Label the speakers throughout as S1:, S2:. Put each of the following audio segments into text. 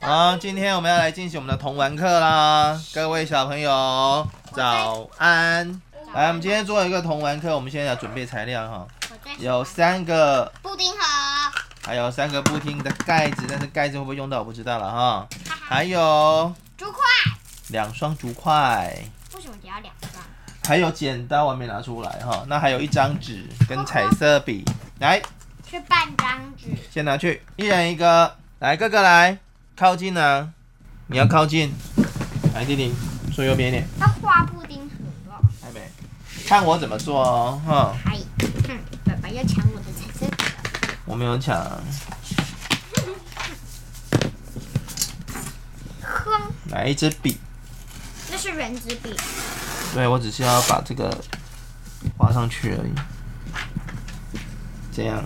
S1: 好，今天我们要来进行我们的童玩课啦，各位小朋友早安。来，我们今天做一个童玩课，我们现在要准备材料哈，
S2: 我最喜欢
S1: 有三个，
S2: 布丁盒，
S1: 还有三个不听的盖子，但是盖子会不会用到我不知道了哈。
S2: 哈哈，
S1: 还有
S2: 竹筷，
S1: 两双竹筷，
S2: 为什么只要两张？
S1: 还有剪刀，我还没拿出来哈。那还有一张纸跟彩色笔，来，
S2: 是半张纸，
S1: 先拿去，一人一个。来，哥哥来，靠近啊！你要靠近。来，弟弟，坐右边一点。
S2: 要画布丁盒哦。
S1: 还没，看我怎么做哦。哈，
S2: 哎，哼，爸爸要抢我的彩色笔了。
S1: 我没有抢。
S2: 哼，
S1: 来一支笔，
S2: 那是圆珠笔，
S1: 对我只是要把这个画上去而已。这样，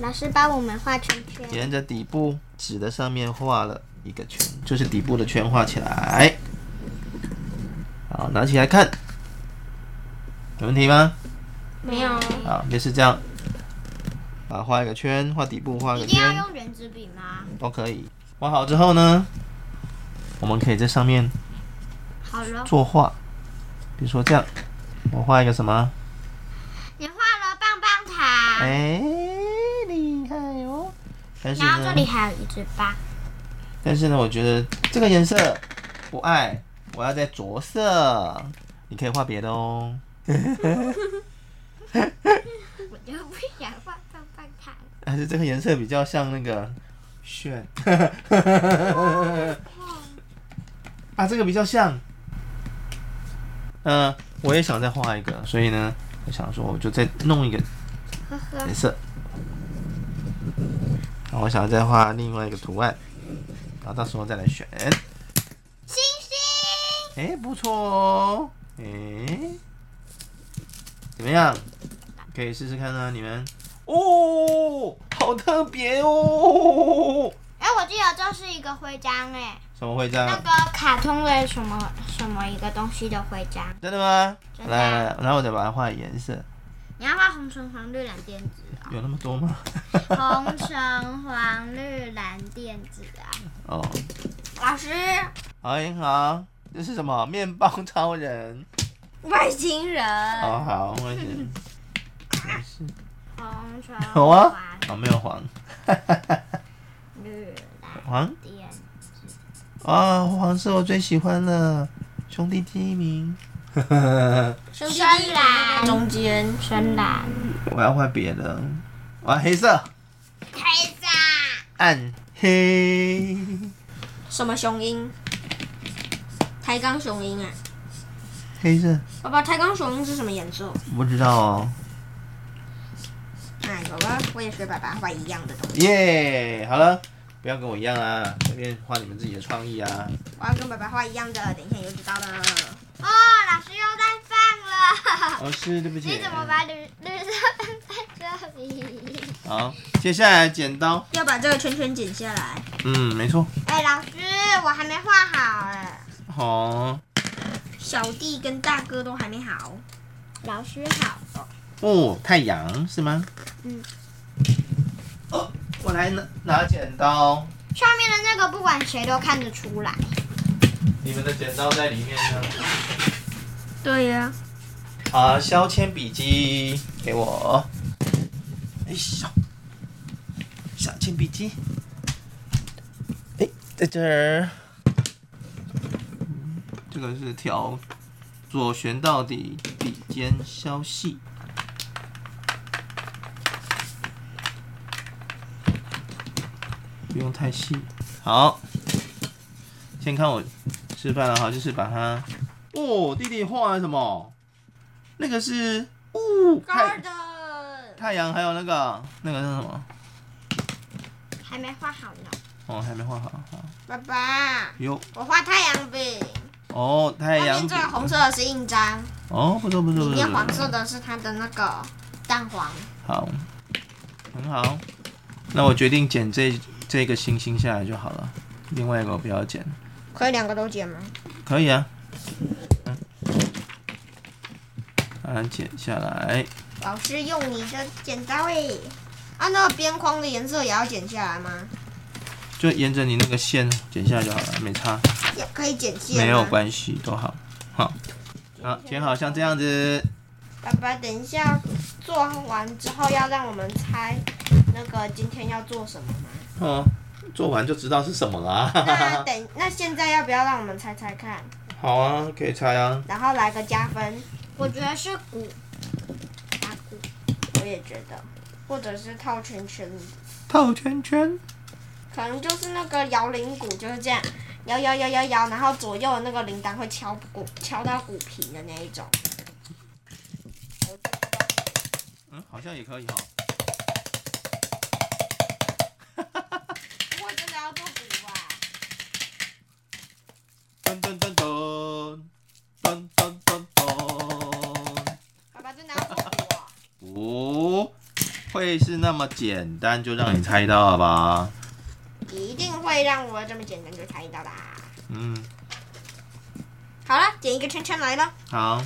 S2: 老师帮我们画圈圈。
S1: 沿着底部纸的上面画了一个圈，就是底部的圈画起来。好，拿起来看，有问题吗？
S2: 没有，
S1: 好，也是这样，啊，画一个圈，画底部，画一
S2: 一
S1: 个
S2: 定要
S1: 圈
S2: 用圆珠笔吗？
S1: 都可以。画好之后呢，我们可以在上面
S2: 好了，
S1: 作画，比如说这样，我画一个什么？
S2: 你画了棒棒糖，
S1: 哎、厉害哦！但是
S2: 然后这里
S1: 呢，
S2: 还有一支棒。
S1: 但是呢，我觉得这个颜色不爱，我要再着色。你可以画别的哦。
S2: 我就不想画棒棒糖。
S1: 还是这个颜色比较像那个炫，哎啊，这个比较像。嗯、我也想再画一个，所以呢，我想说我就再弄一个
S2: 呵呵
S1: 颜，色，然后我想要再画另外一个图案，然后到时候再来选。
S2: 星星，
S1: 哎、不错哦，哎、怎么样？可以试试看啊，你们。哦，好特别哦！
S2: 哎，我记得这是一个徽章哎。
S1: 什么徽章
S2: 那？个卡通的什么什么一个东西的徽章，
S1: 真的吗？
S2: 真的啊
S1: 来来来，然后我再把它画颜色，
S2: 你要画红橙黄绿蓝靛紫啊、
S1: 有那么多吗？
S2: 红橙黄绿蓝靛紫啊！
S1: 哦，
S2: 老师，
S1: 好，银行，这是什么？面包超人。
S2: 外星人，
S1: 哦，好，我也 是。没事
S2: 红橙
S1: 有
S2: 黄
S1: 啊？哦，没有黄，
S2: 绿蓝
S1: 黄
S2: 靛，
S1: 啊、黄是我最喜欢的，兄弟第一 名。
S2: 深蓝
S3: 中间
S2: 深蓝
S1: 我要画别的，我要黑色，
S2: 黑色，啊
S1: 暗黑。
S3: 什么雄鹰？抬杠雄鹰啊！
S1: 黑色
S3: 爸爸，抬杠雄鹰是什么颜色？
S1: 我不知道哦。
S3: 哎，爸爸，我也学爸爸画一样的东西。
S1: 耶、好了，不要跟我一样啊，随便画你们自己的创意啊。
S3: 我要跟爸爸画一样的，等一下你就知道了。
S2: 哦，老师又在放 了，
S1: 哦，是，对不起。
S2: 你怎么把绿绿色放在这里？
S1: 好，接下来剪刀。
S3: 要把这个圈圈剪下来。
S1: 嗯，没错。
S2: 哎，老师，我还没画好哎。
S1: 好、
S3: 小弟跟大哥都还没好。
S2: 老师好哦，
S1: 哦，太阳是吗？
S2: 嗯。
S1: 哦，我来拿拿剪刀。
S2: 上面的那个不管谁都看得出来。
S1: 你们的剪刀在里面呢。
S3: 对呀、
S1: 啊，削铅笔机给我。哎，削，削铅笔机。哎，在这儿。这个是调左旋到底，笔尖削细。不用太细。好，先看我示范了哈，就是把它。哦，弟弟画了什么？那个是哦，太
S3: Garden，
S1: 太阳，还有那个那个叫什么？
S2: 还没画好呢。
S1: 哦，还没画好。好
S3: 爸爸，
S1: 哟，
S3: 我画太阳饼。
S1: 哦，太
S3: 外
S1: 阳
S3: 面
S1: 饼
S3: 这个红色的是印章，
S1: 哦，不错不错
S3: 里
S1: 不
S3: 面
S1: 错
S3: 黄
S1: 不
S3: 色
S1: 错，
S3: 的是它的那个蛋黄。
S1: 好，很好。那我决定剪这这个星星下来就好了，另外一个我不要剪，
S3: 可以两个都剪吗？
S1: 可以啊。嗯，把它剪下来。
S3: 老师欸用你的剪刀诶。啊，那个边框的颜色也要剪下来吗？
S1: 就沿着你那个线剪下来就好了，没差，
S3: 也可以剪啊线吗
S1: 没有关系，都好，好，好，剪好像这样子，
S3: 爸爸，等一下做完之后要让我们猜那个今天要 做什么吗？
S1: 哦，做完就知道是什么了啊，哈哈
S3: 那
S1: 哈。
S3: 等那现在要不要让我们猜猜看？
S1: 好啊，可以猜啊，
S3: 然后来个加分，
S2: 我觉得是鼓，打鼓。
S3: 我也觉得，或者是套圈圈，
S1: 套圈圈，
S3: 可能就是那个摇铃鼓就是这样。摇摇摇摇摇，然后左右的那个铃铛会敲鼓，敲到鼓皮的那一种。
S1: 嗯，好像也可以哈、
S3: 不会真的要做鼓吧？啊
S1: 噔噔噔噔，噔噔噔噔，
S3: 爸爸真的要做鼓哦。
S1: 不会是那么简单就让你猜到了吧？
S3: 一定会让我这么简单就猜到的。啊
S1: 嗯，
S3: 好了，剪一个圈圈来了，
S1: 好，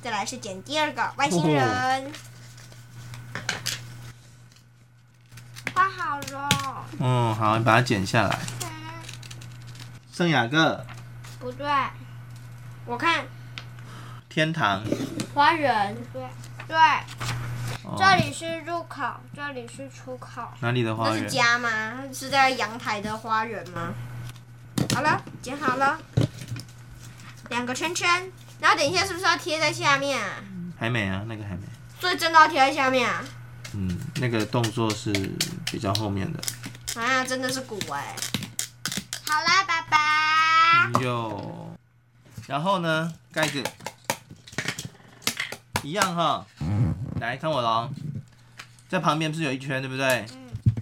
S3: 再来是剪第二个外星人。画好了，
S1: 嗯，好，你把它剪下来。圣雅各
S2: 不对，
S3: 我看
S1: 天堂，
S2: 花园。对对，
S1: 哦、
S2: 这里是入口，这里是出口。
S1: 哪里的花
S3: 那是
S1: 园？
S3: 家吗？是在阳台的花园吗？好了，剪好了，两个圈圈。然后等一下是不是要贴在下面啊？
S1: 还没啊，那个还没。
S3: 所以真的要贴在下面啊？
S1: 嗯，那个动作是比较后面的。
S3: 啊，真的是鼓哎、
S2: 好啦，爸爸。
S1: 嗯有，然后呢，盖子一样哈。来看我喽，在旁边不是有一圈，对不对？
S2: 嗯，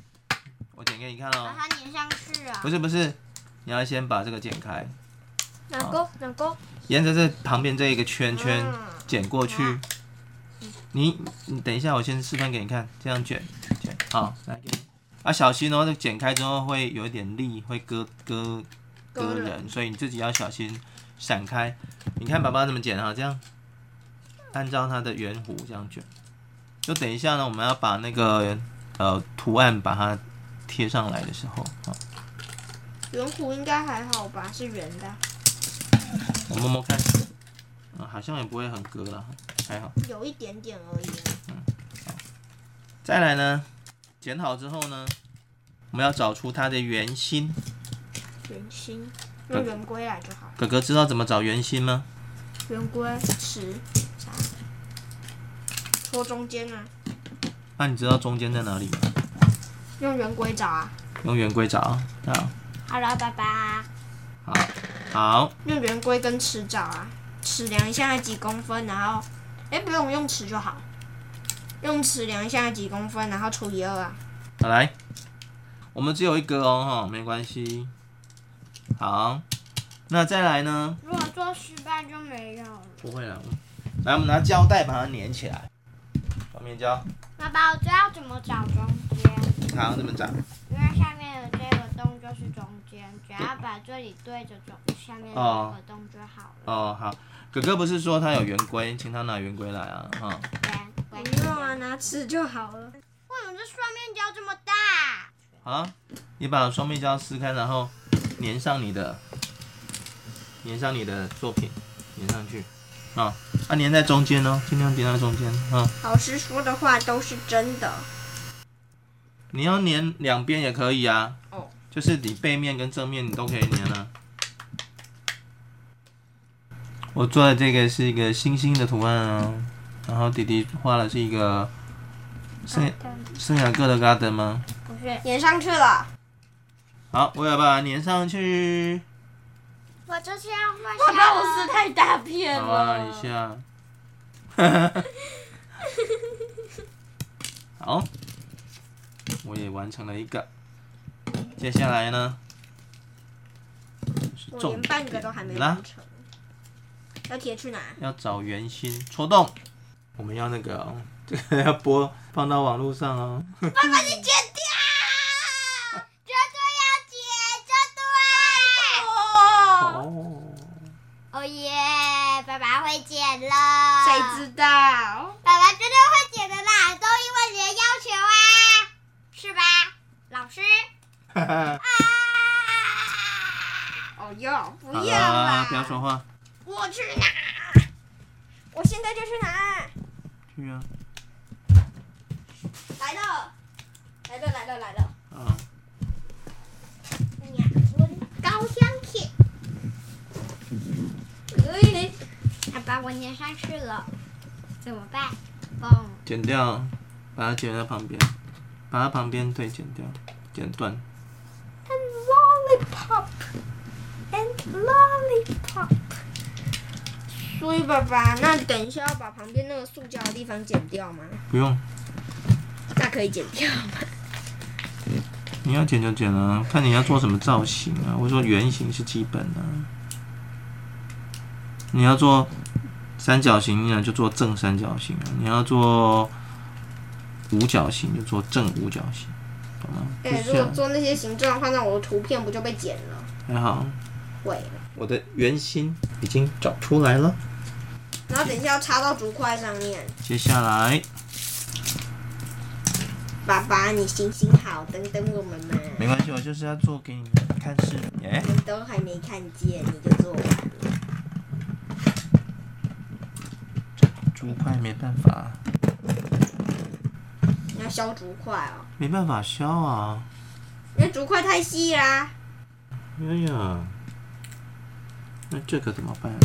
S1: 我剪给你看
S2: 把
S1: 哦。
S2: 它粘上去啊
S1: 不。是不是，你要先把这个剪开，
S3: 哪个哪个？
S1: 沿着这旁边这一个圈圈
S3: 嗯
S1: 剪过去。你你等一下，我先示范给你看，这样卷卷，好，来给你。啊，小心哦，这剪开之后会有一点力，会割割割人，所以你自己要小心闪开。你看爸爸怎么剪啊哈，这样按照它的圆弧这样卷。就等一下呢，我们要把那个呃图案把它贴上来的时候，好，
S3: 圆弧应该还好吧？是圆的。
S1: 我摸摸看，嗯，好像也不会很割了，还好。
S3: 有一点点而已。
S1: 再来呢，剪好之后呢，我们要找出它的圆心。
S3: 圆心，
S1: 嗯
S3: 用圆规来就好了。
S1: 哥哥知道怎么找圆心吗？
S3: 圆规尺啥？戳中间啊，
S1: 那、你知道中间在哪里吗？
S3: 用圆规找啊。
S1: 用圆规找啊，
S3: 好了，爸爸，
S1: 好，好，
S3: 用圆规跟尺找啊，尺量一下几公分，然后，哎、不用用尺就好，用尺量一下几公分，然后除以二啊。
S1: 好来，我们只有一个哦，哈，没关系。好，那再来呢？
S2: 如果做失败就没有了。
S1: 不会了，来，我们拿胶带把它粘起来，双面胶，
S2: 爸爸，我知道怎么找中间，
S1: 好，这么找。
S2: 因为下面有这个洞就是中间，只要把这里对着中下面这
S1: 哦
S2: 个洞就好了。
S1: 哦，好，哥哥不是说他有圆规，请他拿圆规来啊，哈、
S2: 不
S3: 不用啊，拿尺就好了。
S2: 为什么这双面胶这么大？
S1: 好啊，你把双面胶撕开，然后粘上你的，粘上你的作品，粘上去。啊，啊，粘在中间哦，尽量粘在中间啊。
S3: 老师说的话都是真的。
S1: 你要粘两边也可以啊，
S3: 哦
S1: 就是你背面跟正面你都可以粘啊。我做的这个是一个星星的图案哦，然后弟弟画的是一个圣圣雅各的 garden 吗？
S2: 不是，
S3: 粘上去了。
S1: 好，我要把它粘上去。
S2: 我这是要画
S3: 爸爸，
S2: 下
S3: 我撕太大片
S1: 好啊，
S3: 了。
S1: 一下。 好，我也完成了一个。接下来呢？就是
S3: 我
S1: 重
S3: 连半个
S1: 点
S3: 都还没
S1: 啦
S3: 完成。要贴去哪？
S1: 要找圆心，戳洞。我们要那个、 哦，这个要播放到网络上哦。
S2: 剪掉，这都要剪，这对。
S3: 哦，
S1: 哦，
S2: 哦耶，爸爸会剪了。
S3: 谁知道？
S2: 爸爸绝对会剪的啦，都因为你的要求啊，是吧，老师？
S1: 哈哈，
S2: 啊，
S3: 好用，哦不
S1: 好
S3: 要啦
S1: 啦，！不要说话，
S3: 我去拿，我现在就去拿。
S1: 去啊，
S3: 来了，来了，来了，来了！
S1: 啊，
S2: 嗯
S3: 两尊高香铁。哎，你
S2: 它把我粘上去了，怎么办？
S3: 嗯
S2: 嘣！
S1: 剪掉，把它剪到旁边，把它旁边对剪掉，剪断。
S3: And lollipop and lollipop。所以爸爸，那等一下要把旁边那个塑胶的地方剪掉吗？
S1: 不用，
S3: 那可以剪掉吗？
S1: 你要剪就剪啊，看你要做什么造型啊。我说圆形是基本啊，你要做三角形呢就做正三角形啊，你要做五角形就做正五角形，懂吗？就
S3: 哎，
S1: 是
S3: 如
S1: 这
S3: 果
S1: 样，
S3: 做那些形状的话，那我的图片不就被剪了？
S1: 还好
S3: 会。
S1: 我的圆心已经找出来了。
S3: 然后等一下要插到竹块上面。
S1: 接下来
S3: 爸爸，你行行好，等等我们嘛。
S1: 没关系，我就是要做给你们看视频。哎、
S3: 我们都还没看见，你就做完了。
S1: 竹块没办法，
S3: 你要削竹块哦，
S1: 没办法削啊。
S3: 那竹块太细啦。
S1: 哎呀，那这可怎么办呢？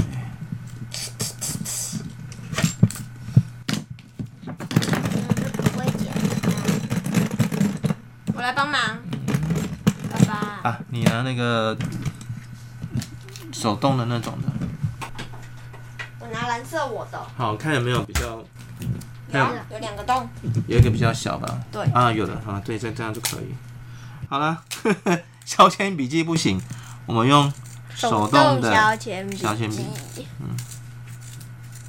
S2: 嗯，不会剪的。
S3: 我来帮忙。
S2: 爸爸，
S1: 啊，你拿那个手动的那种的，
S3: 我拿蓝色我的，
S1: 好看有没有比较？
S3: 有
S1: 看
S3: 有两个洞。
S1: 有一个比较小吧？
S3: 对
S1: 啊，有的啊，对，这这样就可以。好啦， 削铅笔记不行，我们用手动的。
S3: 铅笔
S1: 削铅笔嗯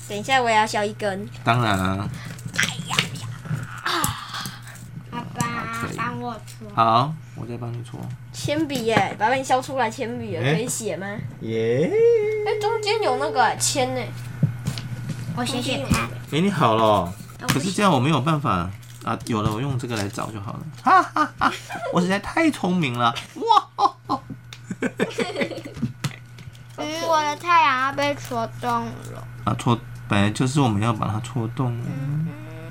S3: 等一下我也要削一根。
S1: 当然啦、
S2: 爸
S1: 好
S2: 爸
S1: 可以，
S2: 帮我戳。
S1: 好，我再帮你搓。
S3: 铅笔耶，爸爸你削出来铅笔了，
S1: 哎
S3: 可以写吗？
S1: 耶！
S3: 哎、中间有那个铅呢。
S2: 我写写看。
S1: 哎，你好了，
S2: 哦
S1: 可是这样我没有办法啊。有了，我用这个来找就好了。哈哈哈，我实在太聪明了，哇哦哦！
S2: 嗯，我的太阳要被戳中了。
S1: 啊，戳本来就是我们要把它戳动的。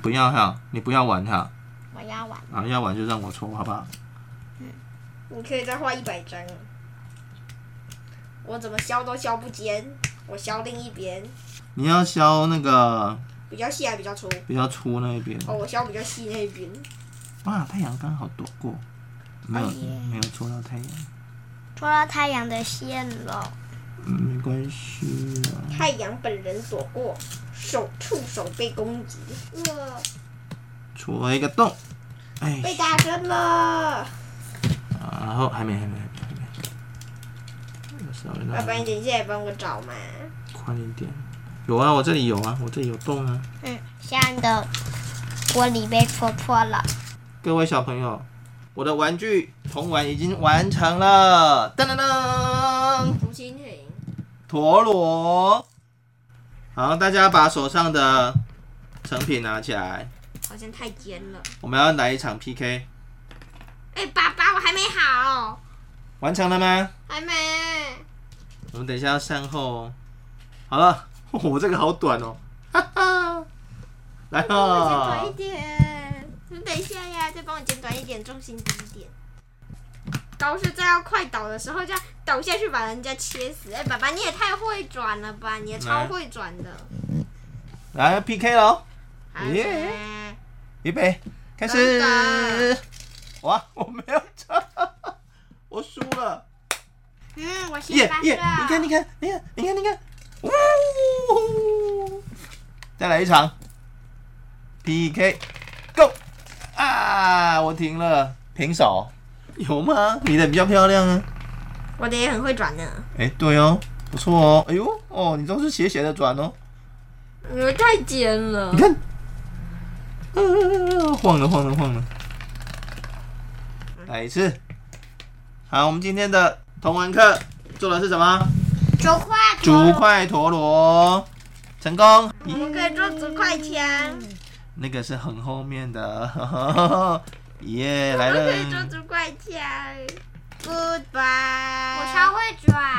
S1: 不要哈，你不要玩哈，
S2: 我要玩。
S1: 啊，要玩就让我戳好不好？
S3: 你可以再画一百张啊。我怎么削都削不尖，我削另一边，
S1: 你要削那个
S3: 比较细还比较粗。
S1: 比较粗那一边。
S3: 哦，我削比较细那一边。
S1: 哇，太阳刚好躲过，没有、
S2: 哎耶
S1: 没有戳到太阳，
S2: 戳到太阳的线了。
S1: 嗯，没关系啊。
S3: 太阳本人躲过，手触手被攻击，呃，
S1: 戳一个洞，哎，
S3: 被打针了。
S1: 啊然后还没还没还没还没，那个稍微
S3: 爸爸，你
S1: 让
S3: 等一下也帮我找嘛。
S1: 宽一点。有啊，我这里有啊，我这里有洞啊。
S2: 嗯，现在的玻璃被戳破了。
S1: 各位小朋友，我的玩具童玩已经完成了，噔噔噔。
S3: 竹蜻蜓，
S1: 陀螺。好，大家把手上的成品拿起来，
S3: 好像太尖了。
S1: 我们要来一场 PK，
S3: 哎、爸爸，我还没好，
S1: 完成了吗？
S3: 还没。
S1: 我们等一下要善后哦。好了， 我这个好短哦，哈哈。来
S3: 我剪短一
S1: 哦，
S3: 点，你等一下呀，再帮我剪短一点，重心低一点。高是在要快倒的时候，这样倒下去把人家切死。哎、爸爸你也太会转了吧，你也超
S1: 来
S3: 会转的。
S1: 来 PK 喽，
S3: 好
S1: 耶
S3: 姐
S2: 嗯
S1: 预备，开
S3: 真
S1: 始
S3: 的。
S1: 哇，我没有错， 我输了。
S2: 嗯，我先
S1: 耶
S2: 发射。
S1: 耶！你看，你看，你看，你看，你看，呜！再来一场 PK，Go！啊，我停了，平手。有吗？你的比较漂亮啊。
S3: 我的也很会转呢。
S1: 哎，对哦，不错哦。哎呦，哦，你都是斜斜的转哦。
S3: 你们太尖了
S1: 你看，
S2: 嗯
S1: 呃，晃了晃了晃了。来一次。好，我们今天的同文课做的是什么？
S2: 竹块陀
S1: 竹
S2: 螺。
S1: 块陀螺成功。
S3: 我们可以做竹快枪，
S1: 那个是很后面的， 耶、来
S3: 我们可以做
S1: 了，
S3: 竹快枪。Goodbye。
S2: 我超会转。